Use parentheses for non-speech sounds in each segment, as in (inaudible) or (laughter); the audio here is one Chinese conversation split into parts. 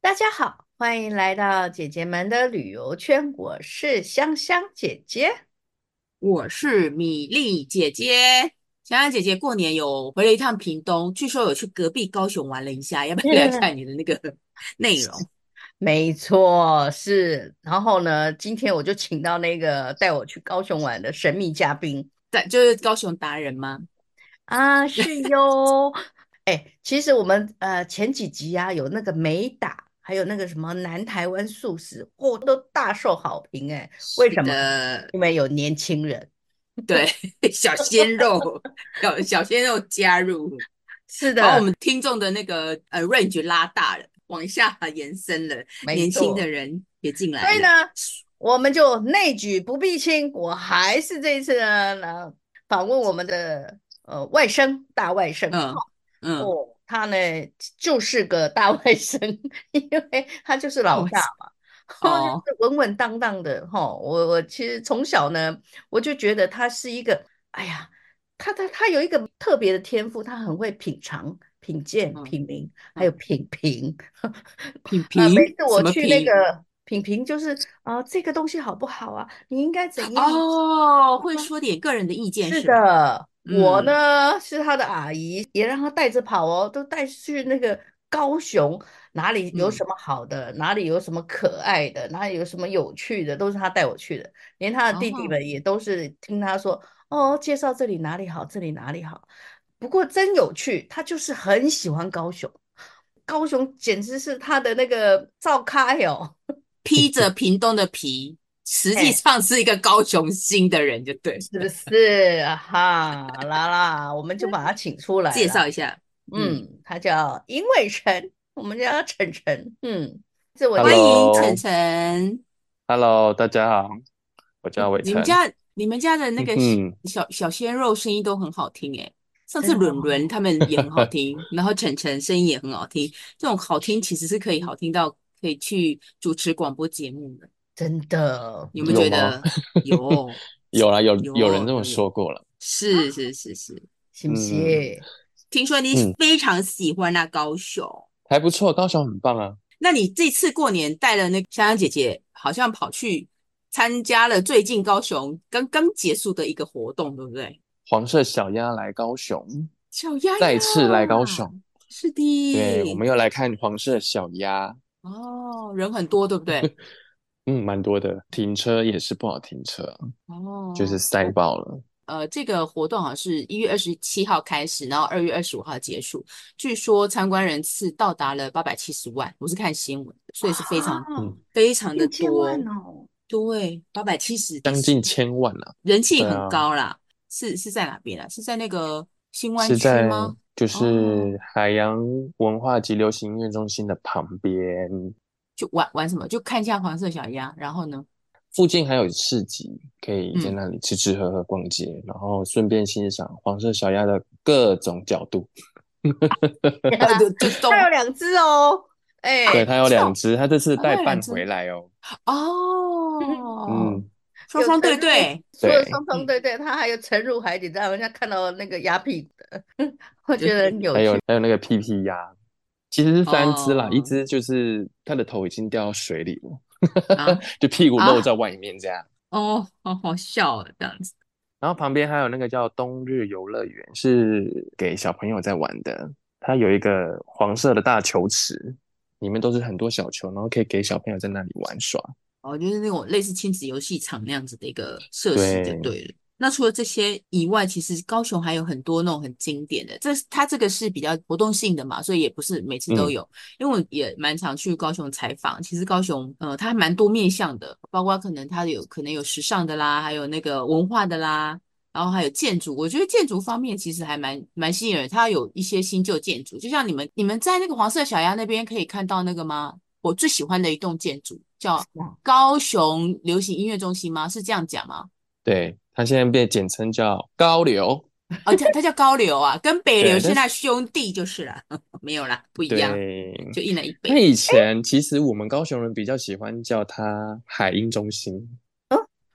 大家好，欢迎来到姐姐们的旅游圈，我是香香姐姐。我是米粒姐姐，想想姐姐过年有回了一趟屏东，据说有去隔壁高雄玩了一下，要不要聊一下嗯，你的那个 (laughs) 内容？没错，是。然后呢，今天我就请到那个带我去高雄玩的神秘嘉 (laughs) 宾对，就是高雄达人吗？啊，是哟。哎，其实我们呃前几集啊，有那个美打，还有那个什么南台湾素食，哦，都大受好评哎。为是什么？的，因为有年轻人。对， (laughs) 小鲜肉，小小鲜肉加入，是把我的，们听众的那个呃 range 拉大了，往下 (laughs) 延伸了，没年轻的错。人也进所来以了。呢，我们就内举不避亲。我还是这一次呢，来访问我们的呃外甥大外甥嗯嗯，哦，他呢就是个大外甥， (laughs) 因为他就是老哇大塞，嘛，哦，就哦，是稳稳当当的哈、哦。我我其实从小呢，我就觉得他是一个，哎呀，他他他有一个特别的天赋，他很会品尝、品鉴、嗯品茗，还有嗯，品评。品呃，每评次什我么去那评？个品评，就是啊、这个东西好不好啊？你应该怎样啊？哦，会说点个人的意见是是吧？的，我嗯，呢是他的阿姨，也让他带着跑哦，都带去那个高雄，哪里有什嗯，么好的，哪里有什么可爱的，哪里有什么有趣的，都是他带我去的。连他的弟弟哦，们也都是听他说，哦，介绍这里哪里好，这里哪里好。不过真有趣，他就是很喜欢高雄，高雄简直是他的那个照咖哟。披着屏东的皮，实际哎。上是一个高雄心的人，就对，是不是啊哈啦啦？我们就把他请出来介了。绍一下，嗯，嗯，他叫殷伟晨，我们叫他晨晨。嗯，自我介欢绍迎一晨下。 Hello，Hello，晨，大家好，我叫伟你们嗯成。家你们家的那嗯个小哼，小小鲜肉声音都很好听诶，上次真的伦伦哦，他们也很好听，然后晨晨声音也很好听，这种好听其实是可以好听到可以去主持广播节目的，真的，有没有有觉吗？得？有有啦，有有人有这有么有，说过了。是是是是。是不嗯是？听说你嗯，非常喜欢那高雄，还不错，高雄很棒啊。那你这次过年带了那个香香姐姐，好像跑去参加了最近高雄刚刚结束的一个活动，对不对？黄色小鸭来高雄，小丫再次来高丫，雄。是对，我的，们又来看黄色小鸭。哦，人很多，对不 (laughs) 对？嗯，蛮多的，停车也是不好停车，就是哦，塞我爆了。呃，这个活动好像是一月二十七号开始，然后二月二十五号结束，据说参观人次到达了八百七十万，我是看新闻的，所以是非常哇，嗯，非常的近啊千万多。哦！对，八百七十将近千万啊。人气对很啊。高啦，是是在哪边啊？是在那个新湾是区在吗？就哦，是海洋文化及流行音乐中心的旁边，就玩玩什么？就看一下黄色小鸭，然后呢，附近还有市集，可以在嗯，那里吃吃喝喝、逛街，然后顺便欣赏黄色小鸭的各种角度。 (laughs) (laughs) 呃，就就它啊有动两只哦，对，哎，它有是两哦，只，它这次啊，它带有两伴只回来哦。哦，嗯，双有双沉对入，对，除了对，双双嗯，对对，它还有沉入海底，让人家看到那个鸭屁股的， (laughs) 我觉得很有还有趣。还有那个屁屁鸭，其实是三只啦，一哦只就是它的头已经掉到水里了，啊就屁股露啊在外面这样。哦，好好笑哦，这样子然后旁边还有那个叫冬日游乐园，是给小朋友在玩的。它有一个黄色的大球池，里面都是很多小球，然后可以给小朋友在那里玩耍。哦，就是那种类似亲子游戏场那样子的一个设施就对，对了。那除了这些以外，其实高雄还有很多那种很经典的，这是它这个是比较活动性的嘛，所以也不是每次都嗯有。因为我也蛮常去高雄采访，其实高雄呃，它还蛮多面向的，包括可能它有可能有时尚的啦，还有那个文化的啦，然后还有建筑。我觉得建筑方面其实还蛮蛮吸引人，它有一些新旧建筑，就像你们你们在那个黄色小鸭那边可以看到那个吗？我最喜欢的一栋建筑叫。哇高雄流行音乐中心吗？是这样讲吗？对，它现在被简称叫高流。哦，它它叫高流 (laughs) 啊，跟北流对，但是那是兄弟就是了， (laughs) 没有啦，不一样，对，就一南一它北。以前其实我们高雄人比较喜欢叫它海音中心，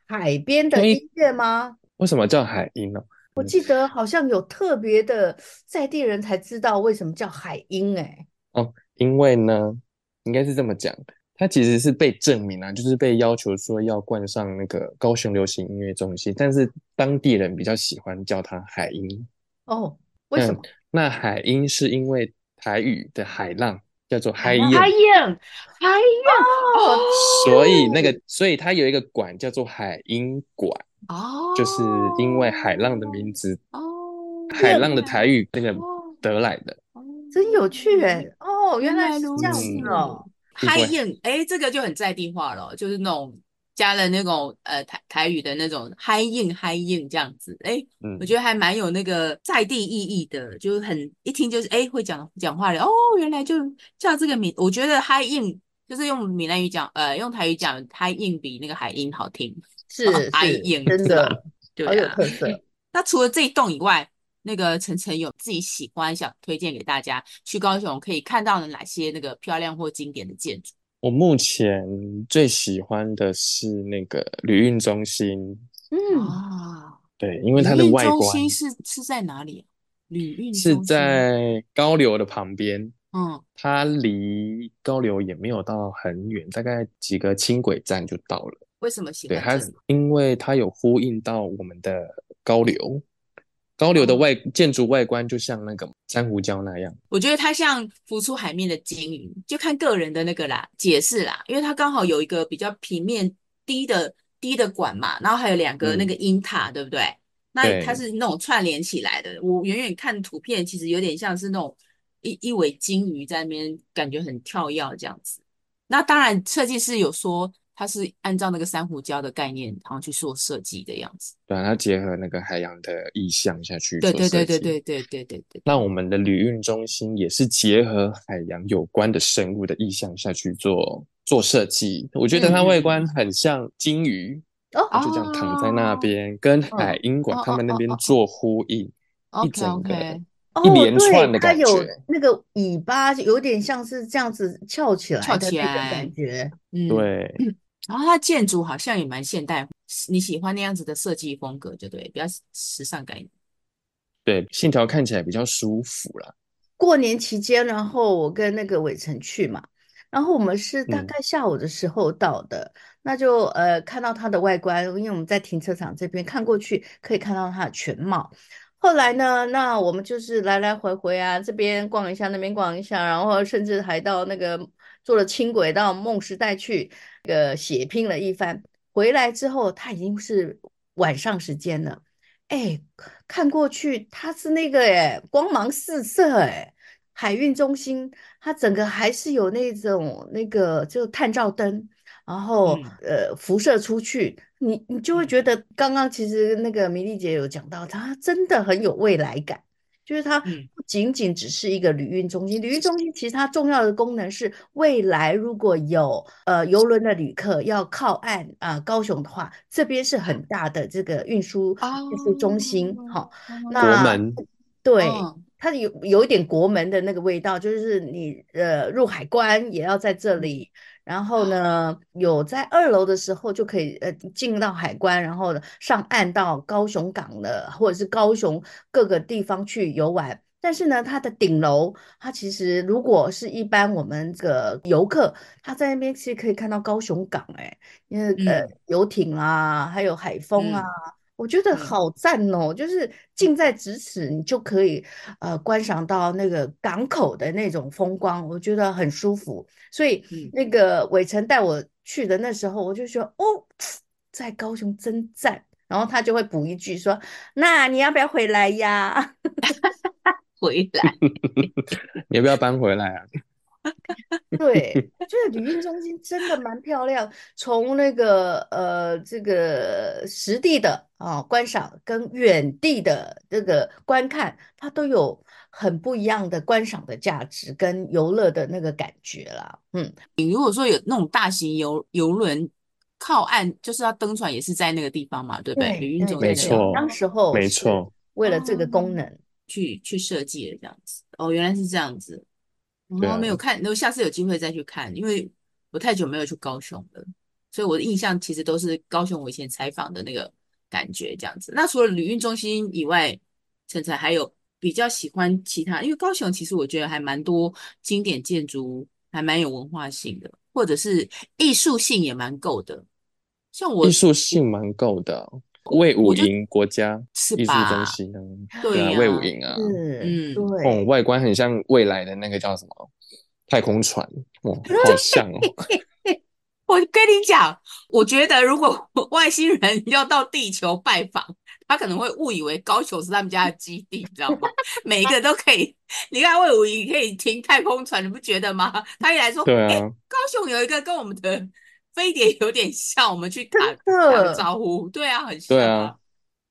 海边因的为音乐吗？为什么叫海音呢？我记得好像有特别的在地人才知道为什么叫海鹰哎、哦，因为呢，应该是这么讲。它其实是被证明啊，就是被要求说要冠上那个高雄流行音乐中心，但是当地人比较喜欢叫它海音。哦，为嗯什么？那海音是因为台语的海浪叫做海海燕，燕，海燕，哦所以那个，所以它有一个馆叫做海音馆，哦，就是因为海浪的名字，哦，海浪的台语那个哦得来的。哦真有趣哎、哦，原来是如这样子此嗯哦。嗨宴，哎，这个就很在地化了，就是那种加了那种呃台台语的那种嗨宴嗨宴这样子，哎，嗯我，觉得还蛮有那个在地意义的，就是很一听就是哎会讲讲话的哦，原来就叫这个名，我觉得嗨宴就是用闽南语讲，呃，用台语讲嗨宴比那个海音嗯好听，是海是，燕真对吧的对好有啊。特色。那除了这一栋以外，那个晨晨有自己喜欢想推荐给大家去高雄可以看到的哪些那个漂亮或经典的建筑？我目前最喜欢的是那个旅运中心，嗯，啊，对，因为旅它的运外中观心是是在哪里啊？旅运是中心，在高流的旁边，嗯，它离高流也没有到很远，大概几个轻轨站就到了。为什么喜对，欢它这是里？因为它有呼应到我们的高流，高哦流的外建筑外观就像那个珊瑚礁那样。我觉得它像浮出海面的鲸鱼，就看个人的那个啦解释啦，因为它刚好有一个比较平面低的低的管嘛，然后还有两个那嗯个鹰塔，对不对？那对它是那种串联起来的。我远远看图片，其实有点像是那种一一尾鲸鱼在那边，感觉很跳跃这样子。那当然，设计师有说它是按照那个珊瑚礁的概念，然后去做设计的样子。对啊，它结合那个海洋的意象下去对做对设对对计。对对对对对。那我们的旅运中心也是结合海洋有关的生物的意象下去做做设计。我觉得嗯它嗯外观嗯很像鲸鱼，哦它就这样躺在那哦边，跟嗯海鹰馆哦他哦们那哦边哦做呼应，一 OK 整个 OK，哦，一连对，串的它感有觉。那个尾巴，有点像是这样子翘起来翘的起那种来感，觉。嗯。对，然后它建筑好像也蛮现代，你喜欢那样子的设计风格，就对，比较时尚感一点。对，线条看起来比较舒服啦。过年期间，然后我跟那个伟成去嘛，然后我们是大嗯概下午的时候到的，那就呃看到它的外观，因为我们在停车场这边看过去可以看到它的全貌。后来呢，那我们就是来来回回啊，这边逛一下，那边逛一下，然后甚至还到那个坐了轻轨到梦时代去，呃血拼了一番。回来之后，它已经是晚上时间了。哎，看过去它是那个哎，光芒四射哎，海运中心它整个还是有那种那个就探照灯，然后嗯呃辐射出去，你你就会嗯觉得刚刚其实那个米莉姐有讲到，它真的很有未来感。就是它嗯不仅仅只是一个旅运中心，旅运中心其实它重要的功能是，未来如果有呃游轮的旅客要靠岸啊、高雄的话，这边是嗯很大的这个运输啊，运输中心。好、国哦那门，对哦嗯它有有一点国门的那个味道，就是你呃入海关也要在这嗯里。然后呢，有在二楼的时候就可以呃进到海关，然后呢上岸到高雄港的或者是高雄各个地方去游玩。但是呢，它的顶楼，它其实如果是一般我们这个游客，他在那边其实可以看到高雄港、欸，因为呃嗯游艇啦，还有海风啊，嗯我觉得嗯，好赞哦，就是近在咫尺，你就可以呃观赏到那个港口的那种风光，我觉得很舒服。所以嗯，那个伟成带我去的那时候，我就说哦，在高雄真赞。然后他就会补一句说：“那你要不要回来呀？”回来，你要不要搬回来啊？ (laughs) 对，我觉得旅运中心真的蛮漂亮，从那个呃这个实地的啊观赏跟远地的这个观看，它都有很不一样的观赏的价值跟游乐的那个感觉啦。嗯，你如果说有那种大型游游轮靠岸，就是要登船，也是在那个地方嘛，对不对？对旅运对中没心对的对，港错，当口时候没是错，为了这哦，个功能。去去设计的这样子。哦，原来是这样子，对哦，啊，没有看，那我下次有机会再去看，因为我太久没有去高雄了，所以我的印象其实都是高雄我以前采访的那个感觉这样子。那除了旅运中心以外，晨晨还有比较喜欢其他，因为高雄其实我觉得还蛮多经典建筑还蛮有文化性的，或者是艺术性也蛮够的。像我艺术性蛮够的哦，魏武我就是营国家是艺术中吧？心啊，对对啊，呀、魏武营啊，是，嗯，哦，对，外观很像未来的那个叫什么太空船， (laughs) 哦，好像哦，我跟你讲，我觉得如果外星人要到地球拜访，他可能会误以为高雄是他们家的基地，你知道吗？ (laughs) 每一个都可以，你看魏武营可以停太空船，你不觉得吗？他一来说，对哎、啊，高雄有一个跟我们的飞碟有点像，我们 (laughs) 去打打个的，招呼，对啊，很对像啊。啊，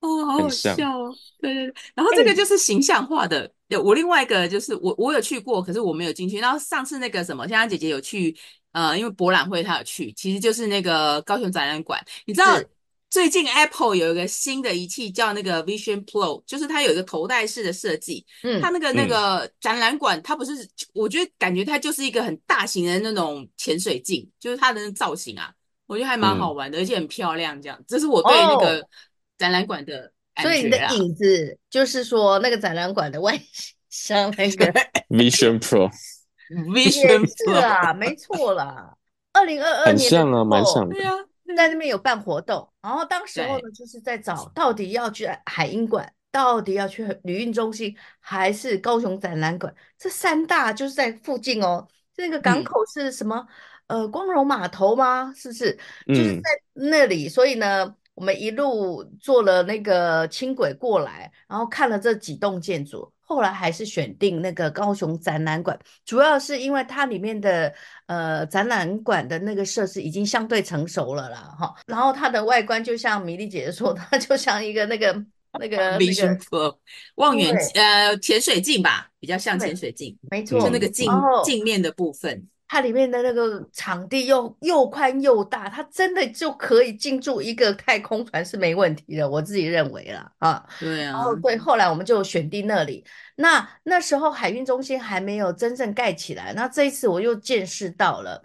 哦，好很好像，笑哦！对对对，然后这个哎，就是形象化的。有我另外一个就是我我有去过，可是我没有进去。然后上次那个什么，香香姐姐有去，呃，因为博览会她有去，其实就是那个高雄展览馆。你知道是，最近 Apple 有一个新的仪器叫那个 Vision Pro，就是它有一个头戴式的设计。它嗯，那个那嗯，个展览馆，它不是，我觉得感觉它就是一个很大型的那种潜水镜，就是它的那造型啊，我觉得还蛮好嗯，玩的，而且很漂亮。这样，这是我对那哦，个展览馆的所感以你觉啊的啦。影子就是说那个展览馆的外 (laughs) 形上那个 (laughs) Vision Pro 也嗯 Vision (laughs) 是 Pro，啊，没错啦。二零二二很年的像时啊，蛮候，像对的，啊，对在啊，那边有办活动，然后当时候对，呢，就是在找到底要去海英馆，到底要去旅运中心，还是高雄展览馆，这三大就是在附近哦。那个港嗯口是什么？呃，光荣码头吗？是不是？就是在嗯，那里，所以呢，我们一路坐了那个轻轨过来，然后看了这几栋建筑，后来还是选定那个高雄展览馆，主要是因为它里面的呃展览馆的那个设施已经相对成熟了啦，哈，然后它的外观就像米粒姐姐说的， (laughs) 它就像一个那个那个那，Vision 个， Pro 望远镜，对呃，潜水镜吧，比较像潜对，哦水镜，没就错，那个嗯然镜后。镜面的部分。它里面的那个场地又又宽又大，它真的就可以进驻一个太空船是没问题的，我自己认为啦啊。对然后啊，对，后来我们就选定那里。那那时候海运中心还没有真正盖起来，那这一次我又见识到了，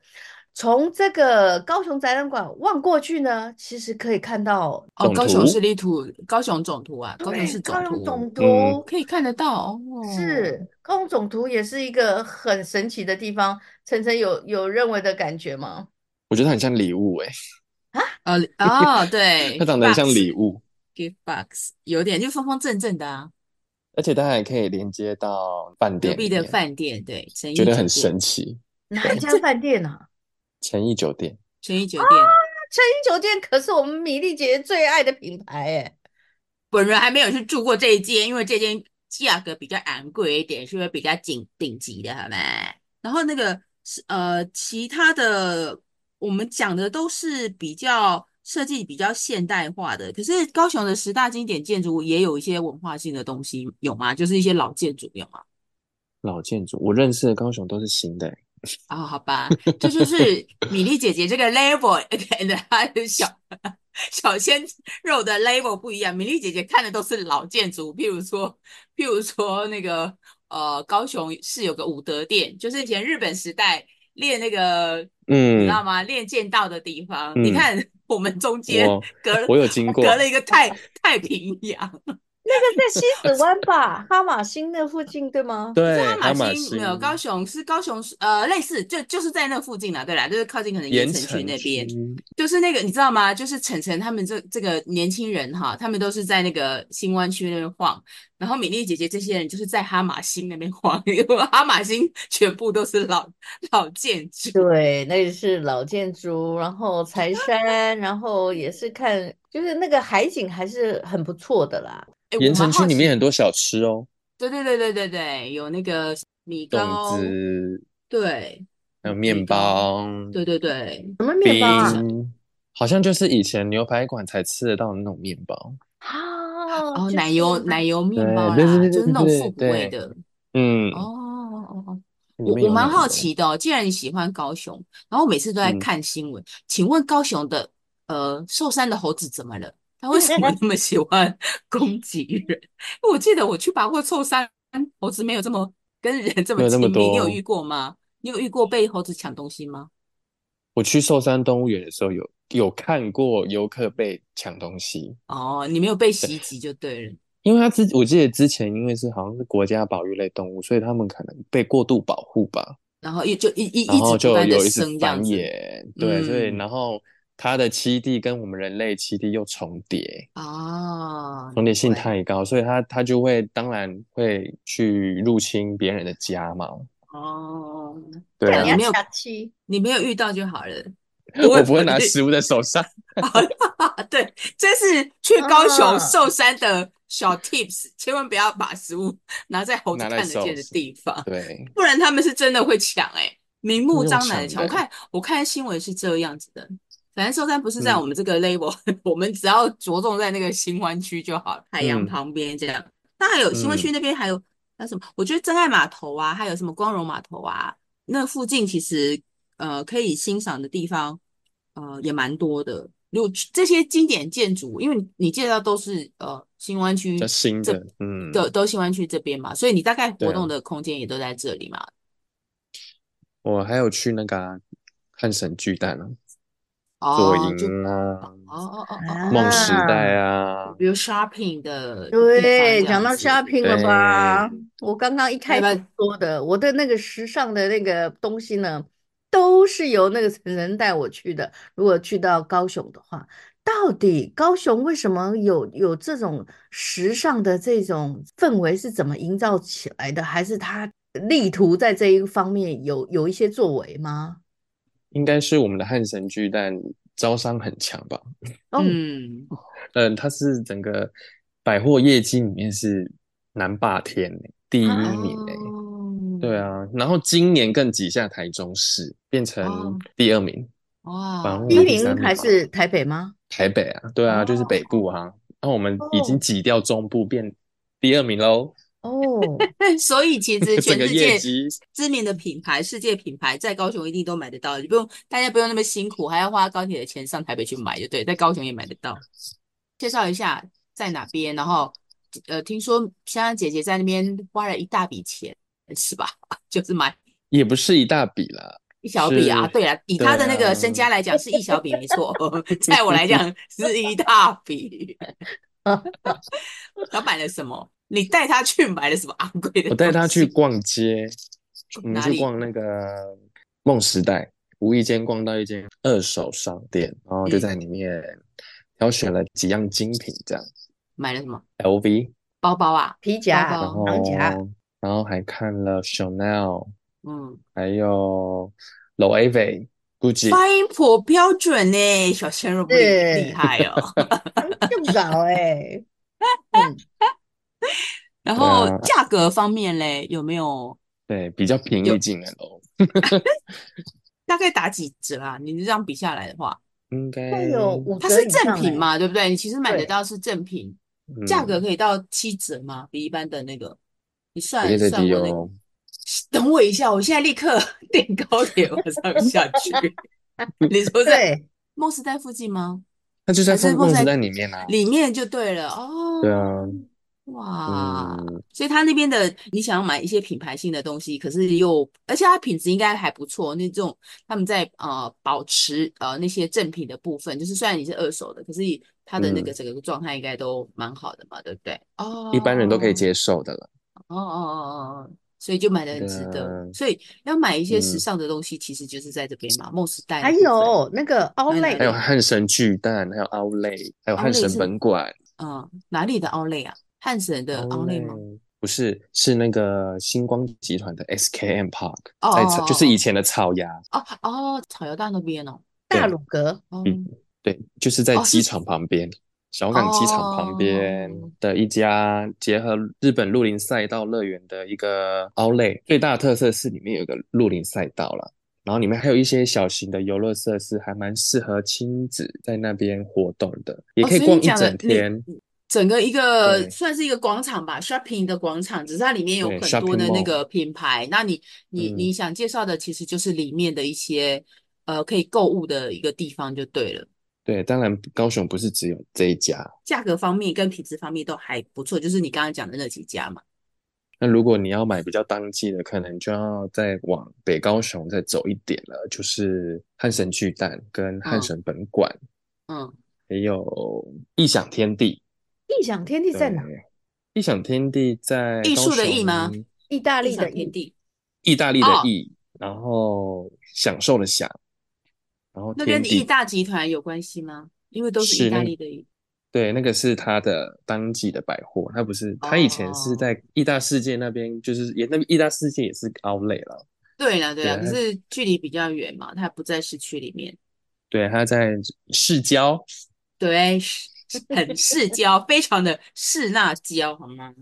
从这个高雄展览馆望过去呢，其实可以看到，哦，总高雄市图，立图，高雄总图啊，高雄对，市高总雄图总嗯，图。嗯可以看得到哦。是，高雄总图也是一个很神奇的地方。晨晨有有认为的感觉吗？我觉得很像礼物诶，啊？呃，哦，它 (laughs) 对长得很像，box 礼物， gift box 有点就方方正正的啊，而且它还可以连接到饭隔店壁里的面，饭店，对，诚觉毅酒得很店，神奇，哪一 (laughs) 对，家饭店啊？诚毅酒店，诚毅酒店，诚毅酒店可是我们米粒姐姐最爱的品牌哎。本人还没有去住过这一间，因为这间价格比较昂贵一点，是因为比较顶顶级的，好吗？然后那个是呃，其他的我们讲的都是比较设计比较现代化的，可是高雄的十大经典建筑也有一些文化性的东西，有吗？就是一些老建筑，有吗？老建筑，我认识的高雄都是新的欸诶，啊、好吧，这就是米粒姐姐这个 (laughs) level and 她的小 (laughs) 小鲜肉的 level 不一样。米粒姐姐看的都是老建筑，譬如说，譬如说那个呃，高雄市有个武德殿，就是以前日本时代练那个，你知道嗯吗？练剑道的地方。你嗯，看我们中间我隔了我有经隔过，了一个太太平洋，那个 (laughs) 在西子湾吧，哈马星那附近对吗？不是 (laughs) 对，哈马哈马星，没有高星雄是高雄市，呃，类似就就是在那附近啦，对啦，就是靠近可能盐盐城区城那边，区，就是那个你知道吗？就是晨晨他们这这个年轻人哈，他们都是在那个新湾区那边晃，然后米粒姐姐这些人就是在哈马星那边晃， (laughs) 因为哈马星全部都是老老建筑，对，那个是老建筑，然 (laughs) 后柴山，然后也是看，就是那个海景还是很不错的啦。哎，我盐蛮城区好里面奇，很多小吃哦，对对对对对对，有那个米粽糕，子，对，还有哦米面糕，包、对对对，什么面包啊？冰，好像就是以前牛排馆才吃得到的那种面包，啊，哦，就奶是油奶油面对包对啦，对对就是对那种复对古味对，的。哦嗯，哦哦，里我面我有蛮奶好油，奇的哦既然你喜欢高雄，然后我每次都在嗯。看新闻，请问高雄的呃寿山的猴子怎么了？他为什么那么喜 (laughs) 欢攻击人？因为我记得我去爬过寿山，猴子没有这么跟人这么没有那么亲密，你有多。遇过吗？你有遇过被猴子抢东西吗？我去寿山动物园的时候有，有看过游客被抢东西，哦，你没有被袭击就对了。因为他之我记得之前因为是好像是国家保育类动物，所以他们可能被过度保护吧。然后一就一一然一后直不就断的有一次生这繁样子衍，对，所以嗯然后它的栖地跟我们人类栖地又重叠，啊，重叠性对，太高，所以它它就会当然会去入侵别人的家嘛，哦，对看你要但你啊，没有下期。你没有遇到就好了， (laughs) (laughs) 我我也不不会拿对，食物在 (laughs) 手上，对，这是去高雄嗯寿山的小 tips，千万不要把食物拿在猴子拿在看得见手的上，地方，对，不然他们是真的会抢哎、明目用张胆的抢。抢我的，看我看新闻是这样子的，反正寿山不是在嗯我们这个 label，我 (laughs) 们只要着重在那个新湾区就好，海洋嗯旁边这样。那还有新湾区嗯那边还有还有什么？我觉得真爱码头啊，还有什么光荣码头啊，那附近其实呃可以欣赏的地方呃也蛮多的。如果这些经典建筑，因为你你介绍都是呃新湾比较区新这的，嗯，都都新湾区这边嘛，所以你大概对活动啊，的空间也都在这里嘛。我还有去那个啊汉神巨蛋啊，左哦，就营哦啊，哦哦哦哦梦哦，时代啊，啊，比如 shopping 的地方对，这讲样到子， shopping 了吧？对，我刚刚一那开要不头然说的，我的那个时尚的那个东西呢，都是由那个成人带我去的。如果去到高雄的话，到底高雄为什么有有这种时尚的这种氛围是怎么营造起来的？还是他力图在这一个方面有有一些作为吗？应该是我们的汉神巨蛋招商很强吧？哦，嗯，嗯，它是整个百货业绩里面是南霸天欸第一名诶。啊哦对啊，然后今年更挤下台中市，变成哦第二名，反哇，而我第一们第名三名还吧。是台北吗？台北啊，对啊，就是哦北部啊，然后我们已经哦挤掉中部，变第二名喽，哦， (laughs) 所以其实 (laughs) 整全个世业界绩。知名的品牌、世界品牌在高雄一定都买得到，你不用大家不用那么辛苦，还要花高铁的钱上台北去买，就对，在高雄也买得到。介绍一下在哪边，然后呃，听说香香姐姐在那边花了一大笔钱，是吧？ (laughs) 就是买也不是一大笔啦，一小笔啊。是，对了，以她对的那个啊，身家来讲是一小笔，没 (laughs) 错，在我来讲是一大笔。她买了什么？你带她去买了什么昂贵的我带东他去西？逛街，我们哪去里？逛那个梦时代，无意间逛到一间二手商店，然后就在嗯，里面挑选了几样精品，这样买了什么？ LV，包包啊，皮包夹、然包，长夹。后然后还看了 Chanel，嗯，还有 Loewe、Gucci，发音颇标准呢，小鲜肉不厉厉是，害 (laughs) 哦。用找 (laughs) 哎，嗯，然对后啊，价格方面嘞，有没有对，比较平易有近人哦，大概打几折啊？你这样比下来的话，应该，会有五它折是以正上欸品哎，嘛，对不对？你其实买得对，到是正品，价格嗯，可以到七折嘛，比一般的那个，你有些算最算低过那个。哦，等我一下，我现在立刻 (laughs) 订高铁马上下去。 (laughs) 你说在对，梦时代附近吗？那就在还是凤梦梦时时代代里面啊，里面就对了哦。对啊，哇，嗯。所以他那边的你想要买一些品牌性的东西，可是又而且它品质应该还不错。那种他们在呃保持呃那些正品的部分，就是虽然你是二手的，可是它的那个嗯，整个状态应该都蛮好的嘛，对不对？一般人都可以哦。接受的了。哦哦哦哦，哦，所以就买的很对值得。啊，所以要买一些时嗯，尚的东西，其实就是在这边嘛，梦时代还的部分。有那个还有哪 Outlet，还有里汉神巨蛋，还有 Outlet，还有汉？Outlet 神是本馆。嗯哪里的 Outlet 啊？汉神的 Outlet 吗？ Outlet 不是，是那个星光集团的 SKM Park，哦在草就是以哦前的草芽，哦哦哦哦，草油大那边哦大对，鲁阁，比哦对，就是在哦机是场旁边，小港机场旁边哦的一家结合日本鹿林赛道乐园的一个 Outlet，最大的特色是里面有一个鹿林赛道啦，然后里面还有一些小型的游乐设施，还蛮适合亲子在那边活动的，也哦，可以所以你逛一讲整的你天。整个一个对算是一个广场吧，shopping 的广场，只是它里面有对很多，shopping 的那 mall，个品牌。那你你嗯，你想介绍的其实就是里面的一些呃可以购物的一个地方就对了。对，当然高雄不是只有这一家。价格方面跟品质方面都还不错，就是你刚刚讲的那几家嘛。那如果你要买比较当季的，可能就要再往北高雄再走一点了，就是汉神巨蛋跟汉嗯神本馆，嗯，还有异想天地。异想天地在对，哪？异想天地在艺高术的艺吗？雄，意大异利的 (laughs) 想天意，地意大利的哦意。然后享受的享，然后那天跟地义大集团有关系吗？因为都是是意大那利的意。对，那个是他的当季的百货，他不是，他以前是哦在义大世界那边，就是也那个义大世界也是 Outlet 了，对了，对了，可对是距离比较远嘛，它不在市区里面。对，他在市郊，对，是很市郊，非常的市那郊，好吗？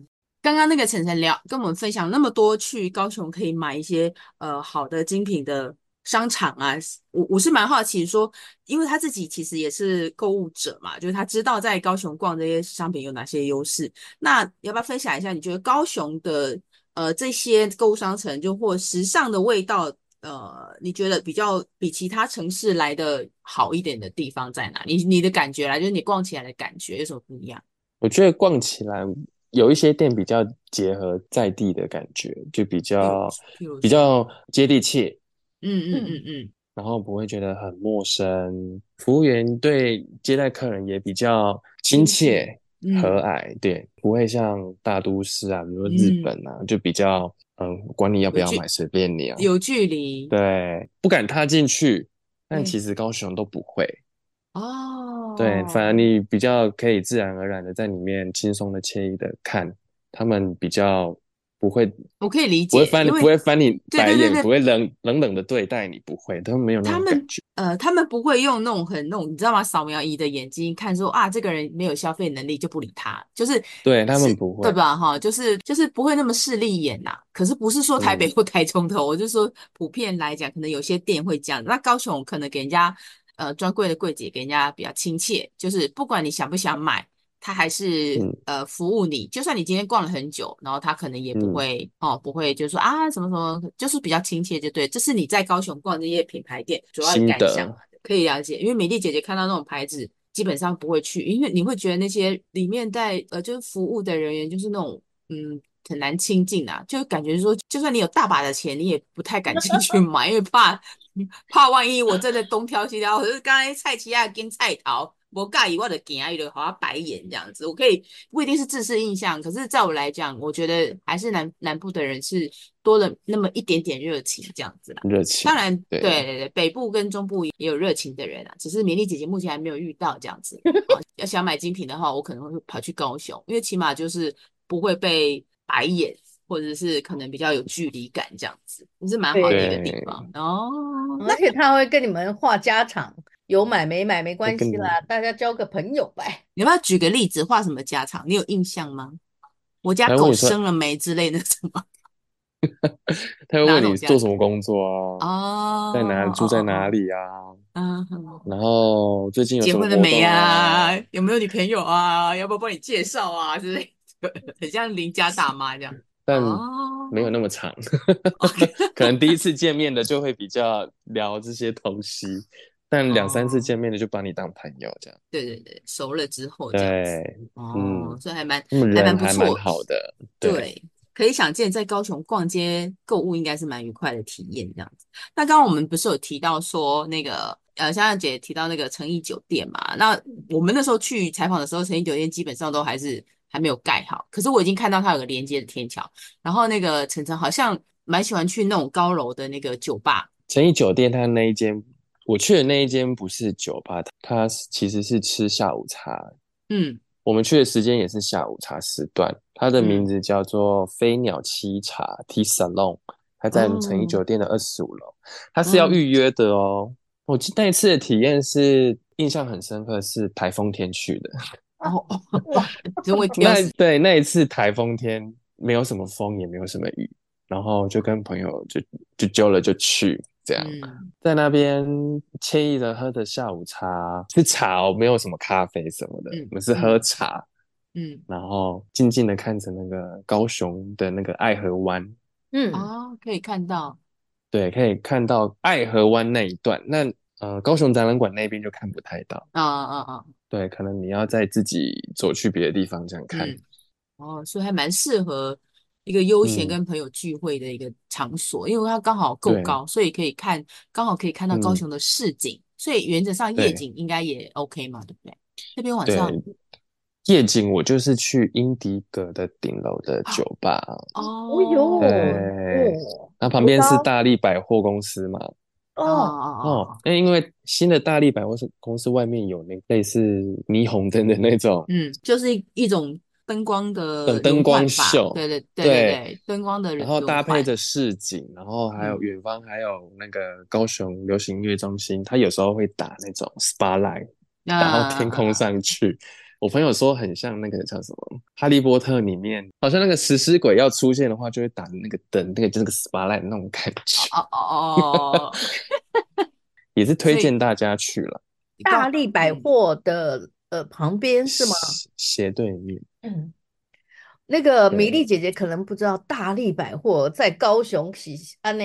刚刚那个晨晨聊跟我们分享那么多去高雄可以买一些呃好的精品的商场啊，我我是蛮好奇说，因为他自己其实也是购物者嘛，就是他知道在高雄逛这些商品有哪些优势。那要不要分享一下，你觉得高雄的呃这些购物商城就或时尚的味道，呃，你觉得比较比其他城市来的好一点的地方在哪？你你的感觉啦，就是你逛起来的感觉有什么不一样？我觉得逛起来有一些店比较结合在地的感觉，就比比如较比如呃比说，较接地气，嗯嗯嗯嗯，然后不会觉得很陌生，服务员对接待客人也比较亲亲切切、和嗯，蔼，对，不会像大都市啊，比如说日嗯本啊，就比较嗯，管你要不有要距买，随便你啊，有距离对，不敢踏进去，但对其实高雄都不会，哦，对，反而你比较可以自然而然的在里面轻松的、惬意的看，他们比较不会我可以理不会解，翻因不为会翻你对对白对眼，对不会冷冷冷的对待你，不会，他们没有那他种感们觉，呃，他们不会用那种很那种，你知道吗？扫描仪的眼睛看说啊，这个人没有消费能力就不理他，就是对，他们是，不对会，吧？哈，就是就是不会那么势利眼呐、可是不是说台北嗯，或台中的哦，我就说普遍来讲，可能有些店会这样。那高雄可能给人家呃专柜的柜姐给人家比较亲切，就是不管你想不想买，他还是嗯呃服务你。就算你今天逛了很久，然后他可能也不嗯，会哦，不会就说啊什么什么，就是比较亲切就对。这是你在高雄逛这些品牌店主要的心感想得，可以了解，因为美丽姐姐看到那种牌子，基本上不会去，因为你会觉得那些里面在呃，就是服务的人员就是那种嗯很难亲近啊，就感觉说，就算你有大把的钱，你也不太敢进去买，因为怕怕万一我真的东挑西挑，我就是刚才菜奇亚跟菜桃。我尬以外的给阿有好像白眼这样子，我可以不一定是自私印象，可是在我来讲，我觉得还是南南部的人是多了那么一点点热情这样子啦。热情，当然，对。对对对，北部跟中部也有热情的人啊，只是美丽姐姐目前还没有遇到这样 (laughs) 子。好，要想买精品的话，我可能会跑去高雄，因为起码就是不会被白眼，或者是可能比较有距离感这样子，也是蛮好的一个地对，方。哦，而那且他会跟你们话家常，有买没买没会关跟系你啦，大家交个朋友呗。你要不要举个例子，画什么家常？你有印象吗？我家他会问狗你说，生了没之类的什么 (laughs) 他会哪问种你家做什常？么工作哦啊，在哪哦住在哦哪哦，里啊，嗯哼。然后最近有结什么婚了活没动啊，啊？ (laughs) 有没有女朋友啊？要不要帮你介绍啊？之类的，很像邻家大妈这样。但嗯没有哦那么长， ，OK， (laughs) 可能第一次见面的就会比较聊这些东西，但两三次哦，见面的就把你当朋友这样，对对对，熟了之后这样子，对，哦，嗯，所以还蛮他们还人蛮不还蛮错，好的，对，对，可以想见，在高雄逛街购物应该是蛮愉快的体验这样子。那刚刚我们不是有提到说那个呃，香香姐提到那个诚毅酒店嘛？那我们那时候去采访的时候，诚毅酒店基本上都还是还没有盖好，可是我已经看到它有个连接的天桥，然后那个晨晨好像蛮喜欢去那种高楼的那个酒吧，诚毅酒店它那一间，我去的那一间不是酒吧，它是其实是吃下午茶。嗯我们去的时间也是下午茶时段，它的名嗯，字叫做飞鸟七茶 Tea Salon，它在诚毅哦，酒店的二十五楼，它是要嗯预约的哦。我记那一次的体验是印象很深刻，是台风天去的。啊，哦哦， (laughs) 哇，因为丢 (laughs) 那死，对那一次台风天，没有什么风，也没有什么雨，然后就跟朋友就就揪了就去，这样嗯在那边惬意的喝着下午茶，是茶哦，没有什么咖啡什么的，嗯我们是喝嗯茶。嗯，然后静静的看着那个高雄的那个爱河湾，嗯，哦，可以看到，对，可以看到爱河湾那一段。那呃，高雄展览馆那边就看不太到，啊啊啊，对，可能你要再自己走去别的地方这样看。嗯。哦，所以还蛮适合一个悠闲嗯，跟朋友聚会的一个场所，因为它刚好够对，高，所以可以看，刚好可以看到高嗯，雄的市景，所以原则上夜对景应该也 OK 嘛，对不对？那边晚上对。夜景我就是去英迪格的顶楼的啊，酒吧，哦哦，哟，对，哦，然后旁边是大力百货公司嘛，哦，哦哦哦哦，，那因为新的大力百货公司外面有那类似霓虹灯的那 (laughs) 种，嗯，就是一一种灯光的嗯灯轮换光法秀对对对对对对，灯光的然轮后搭轮配换，着市景，然后还有嗯远方还有那个高雄流行音乐中心，它有时候会打那种 spotlight，打嗯到天空那上去。我朋友说很像那个叫什么《哈利波特》里面，好像那个食尸鬼要出现的话，就会打那个灯，那个就是个 spotlight 那种感觉，哦 (laughs) 哦哦，也是推所以荐大家去了，你告大力百嗯货的呃旁边是吗？斜斜对面。嗯，那个米对粒姐姐可能不知道大力百货在高雄喜安呢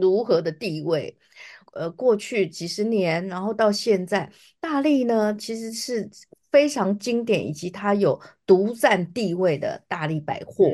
如何的地位。呃，过去几十年，然后到现在，大力呢其实是非常经典以及它有独占地位的大力百货。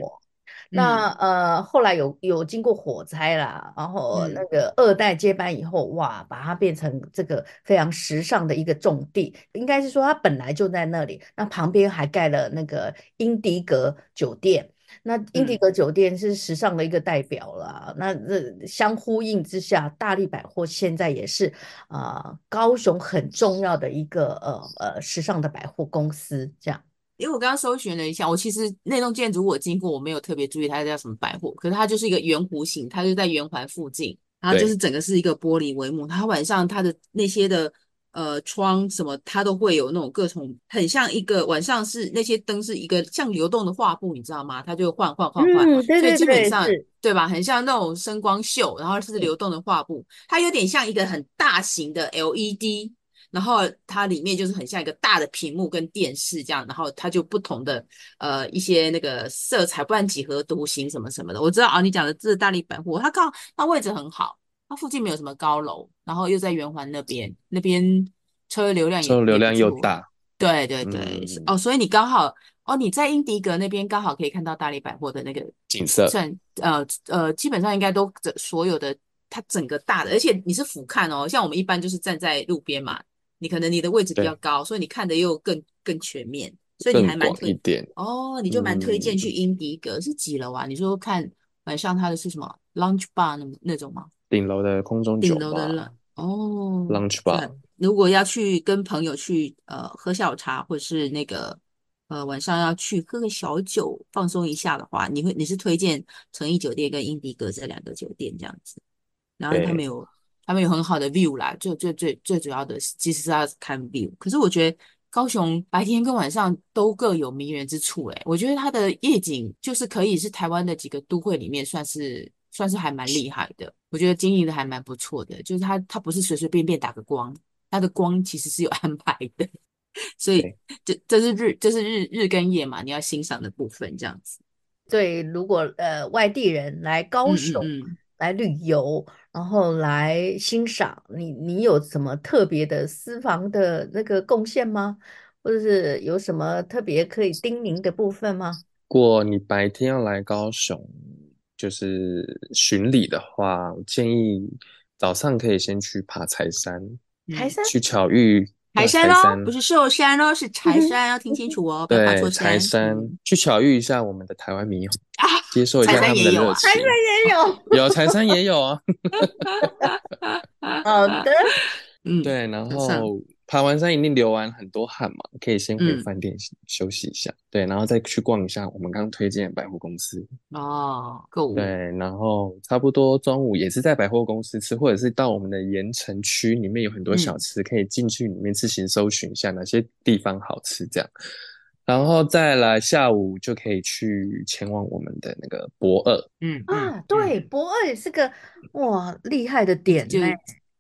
那嗯呃，后来有有经过火灾啦，然后那嗯个二代接班以后，哇，把它变成这个非常时尚的一个重地，应该是说它本来就在那里，那旁边还盖了那个英迪格酒店。那英迪嗯格酒店是时尚的一个代表啦，那这相呼应之下，大力百货现在也是啊、呃高雄很重要的一个呃呃时尚的百货公司，这样。因为我刚刚搜寻了一下，我其实那栋建筑我经过，我没有特别注意它叫什么百货，可是它就是一个圆弧形，它就在圆环附近，然后就对是整个是一个玻璃帷幕，它晚上它的那些的呃窗什么，它都会有那种各种很像一个晚上是那些灯是一个像流动的画布，你知道吗？它就换换换换，嗯，对哦所以对基本对，上是，对吧，很像那种声光秀，然后是嗯流动的画布，它有点像一个很大型的 LED。然后它里面就是很像一个大的屏幕跟电视这样，然后它就不同的呃一些那个色彩，不然几何图形什么什么的。我知道啊，你讲的这是大力百货，它刚它位置很好，它附近没有什么高楼，然后又在圆环那边，那边车流量也就流也不量又错。大，对对对，是嗯，哦，所以你刚好哦，你在英迪格那边刚好可以看到大力百货的那个景色，算呃呃，基本上应该都整所有的它整个大的，而且你是俯瞰哦，像我们一般就是站在路边嘛，你可能你的位置比较对，高，所以你看的又更更全面，所以你更还蛮广一推点，哦，你就蛮推荐嗯，去英迪格是几楼啊？你说看晚上它的是什么 lounge bar 那那种吗？顶楼的空中顶酒楼的吧了哦，对，，lunch bar，如果要去跟朋友去呃喝下午茶，或者是那个呃晚上要去喝个小酒放松一下的话，你会你是推荐诚毅酒店跟英迪格这两个酒店这样子，然后他们对，有他们有很好的 view 啦，最最最最主要的是其实是要看 view，可是我觉得。高雄白天跟晚上都各有迷人之处、诶，我觉得它的夜景就是可以是台湾的几个都会里面算是算是还蛮厉害的，我觉得经营的还蛮不错的，就是它它不是随随便便打个光，它的光其实是有安排的，所以对，这这是日这是日日跟夜嘛，你要欣赏的部分这样子，对，如果呃外地人来嗯高嗯雄嗯。来旅游，然后来欣赏，你你有什么特别的私房的那个贡献吗？或者是有什么特别可以叮咛的部分吗？如果你白天要来高雄，就是巡礼的话，我建议早上可以先去爬柴山，台嗯山，去巧遇，对柴啊，山柴哦，不山，是寿山哦，(laughs) 是柴山，要听清楚哦，不要爬对，错柴山。山，嗯去巧遇一下我们的台湾猕猴，啊，接受一柴下山他们的也有热啊。台山也情。有。有柴山也有 (laughs) 啊，好的，嗯，对，然早上，后爬完山一定流完很多汗嘛，可以先回嗯，饭店休息一下，对，然后再去逛一下我们刚刚推荐的百货公司，哦，购对，物，然后差不多中午也是在百货公司吃，或者是到我们的盐城区里面有很多小嗯吃，可以进去里面自行搜寻一下哪些地方好吃这样，然后再来下午就可以去前往我们的那个博尔，嗯嗯啊，嗯，对，博二也是个哇厉害的点就呢。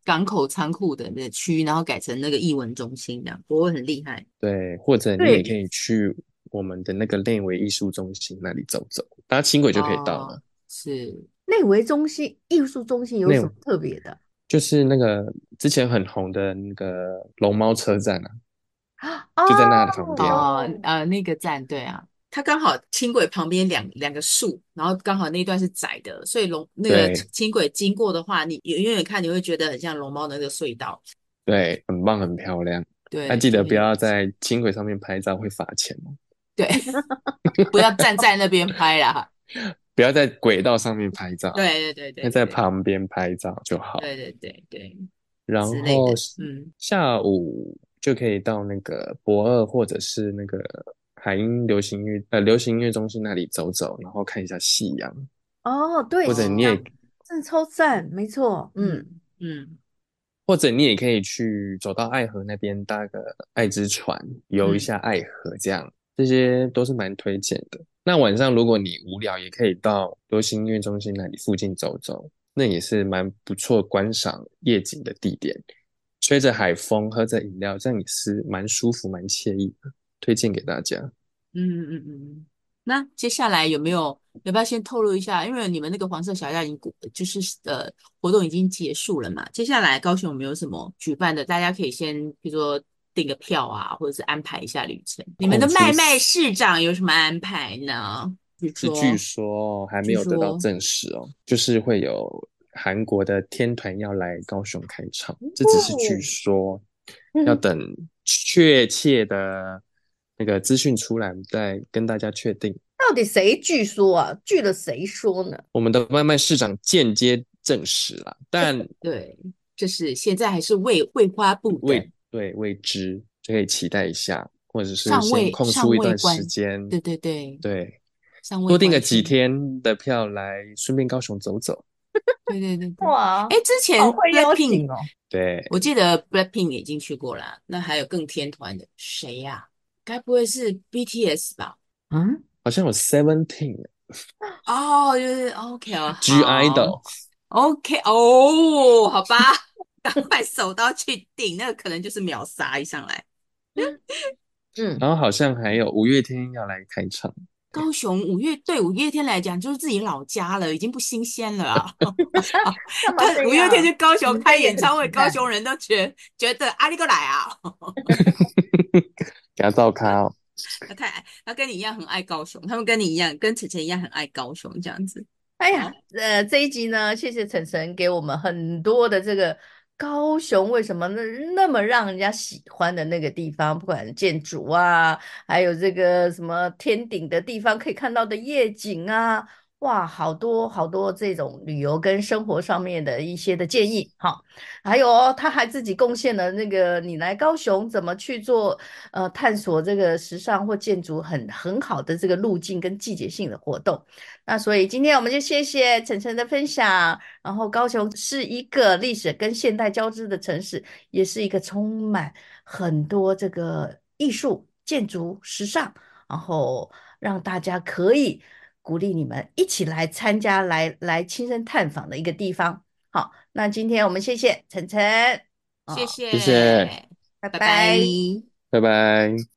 港口仓库的那个区，然后改成那个艺文中心这样，不过很厉害。对，或者你也可对，以去我们的那个内围艺术中心那里走走，搭轻轨就可以到哦，了。是，内围中心、艺术中心有内什么特别的就是那个之前很红的那个龙猫车站啊，啊？就在那旁边。哦，哦。呃，那个站，对啊，它刚好轻轨旁边两两个树，然后刚好那一段是窄的，所以龙那个对轻轨经过的话，你远远看你会觉得很像龙猫的那个隧道，对，很棒，很漂亮。但对，记就得很不有要趣，在轻轨上面拍照，会罚钱哦。 (laughs) 对，不要站在那边拍啦。不要在轨道上面拍照，对对对对，要在对，旁边拍照就好。对对对对，然之类后的，嗯，下午就可以到那个博二或者是那个海鹰流行音乐呃流行音乐中心那里走走，然后看一下夕阳，哦，对，或者夕你也阳真的超赞，没错，嗯，嗯，或者你也可以去走到爱河那边搭个爱之船，游一嗯下爱河，这样这些都是蛮推荐的。那晚上如果你无聊，也可以到流行音乐中心那里附近走走，那也是蛮不错观赏夜景的地点。吹着海风，喝着饮料，这样也是蛮舒服、蛮惬意的，推荐给大家。嗯嗯嗯嗯，那接下来有没有要不要先透露一下？因为你们那个黄色小鸭已经过就是呃活动已经结束了嘛，接下来高雄有没有什么举办的？大家可以先比如说订个票啊，或者是安排一下旅程。你们的哦其麦实麦市长有什么安排呢？比如是说，据说哦还没据有得到说证实哦，就是会有韩国的天团要来高雄开唱，这只是哦据说，要嗯，等确切的那个资讯出来再跟大家确定。到底谁据说啊？据了谁说呢？我们的外卖市长间接证实了，但对，就是现在还是未未发布的，未对未知，就可以期待一下，或者是尚先未空尚出一未段关时间，对对对，对，尚未多订关个几注，天的票来，顺便高雄走走。对对对哦对。哇，哎，之前好会邀 Blackpink 请哦。对，我记得 Blackpink 已经去过了，那还有更天团的谁呀、该不会是 BTS 吧？嗯，好像有 Seventeen 哦，就是 OK 哦， G 好 Idol， ，OK 哦，好吧， (laughs) 赶快手刀去订，那个可能就是秒杀一上来。嗯，然后好像还有五月天要来开唱。高雄五月对五月天来讲就是自己老家了，已经不新鲜了啊。 (laughs) 干嘛跟这五月天去样？高雄们开真的演很唱会，期高待雄人都觉觉得阿力哥来啊，给他照咖哦，他太爱，他跟你一样很爱高雄，他们跟你一样，跟晨晨一样很爱高雄这样子。哎好呀，呃，这一集呢，谢谢晨晨给我们很多的这个高雄为什么那那么让人家喜欢的那个地方，不管建筑啊，还有这个什么天顶的地方可以看到的夜景啊，哇，好多好多这种旅游跟生活上面的一些的建议哈。还有哦，他还自己贡献了那个你来高雄怎么去做呃探索这个时尚或建筑很很好的这个路径跟季节性的活动。那所以今天我们就谢谢晨晨的分享。然后高雄是一个历史跟现代交织的城市，也是一个充满很多这个艺术、建筑、时尚，然后让大家可以鼓励你们一起来参加、来来亲身探访的一个地方。好，那今天我们谢谢晨晨，谢啊，谢，谢谢拜拜。拜拜。拜拜。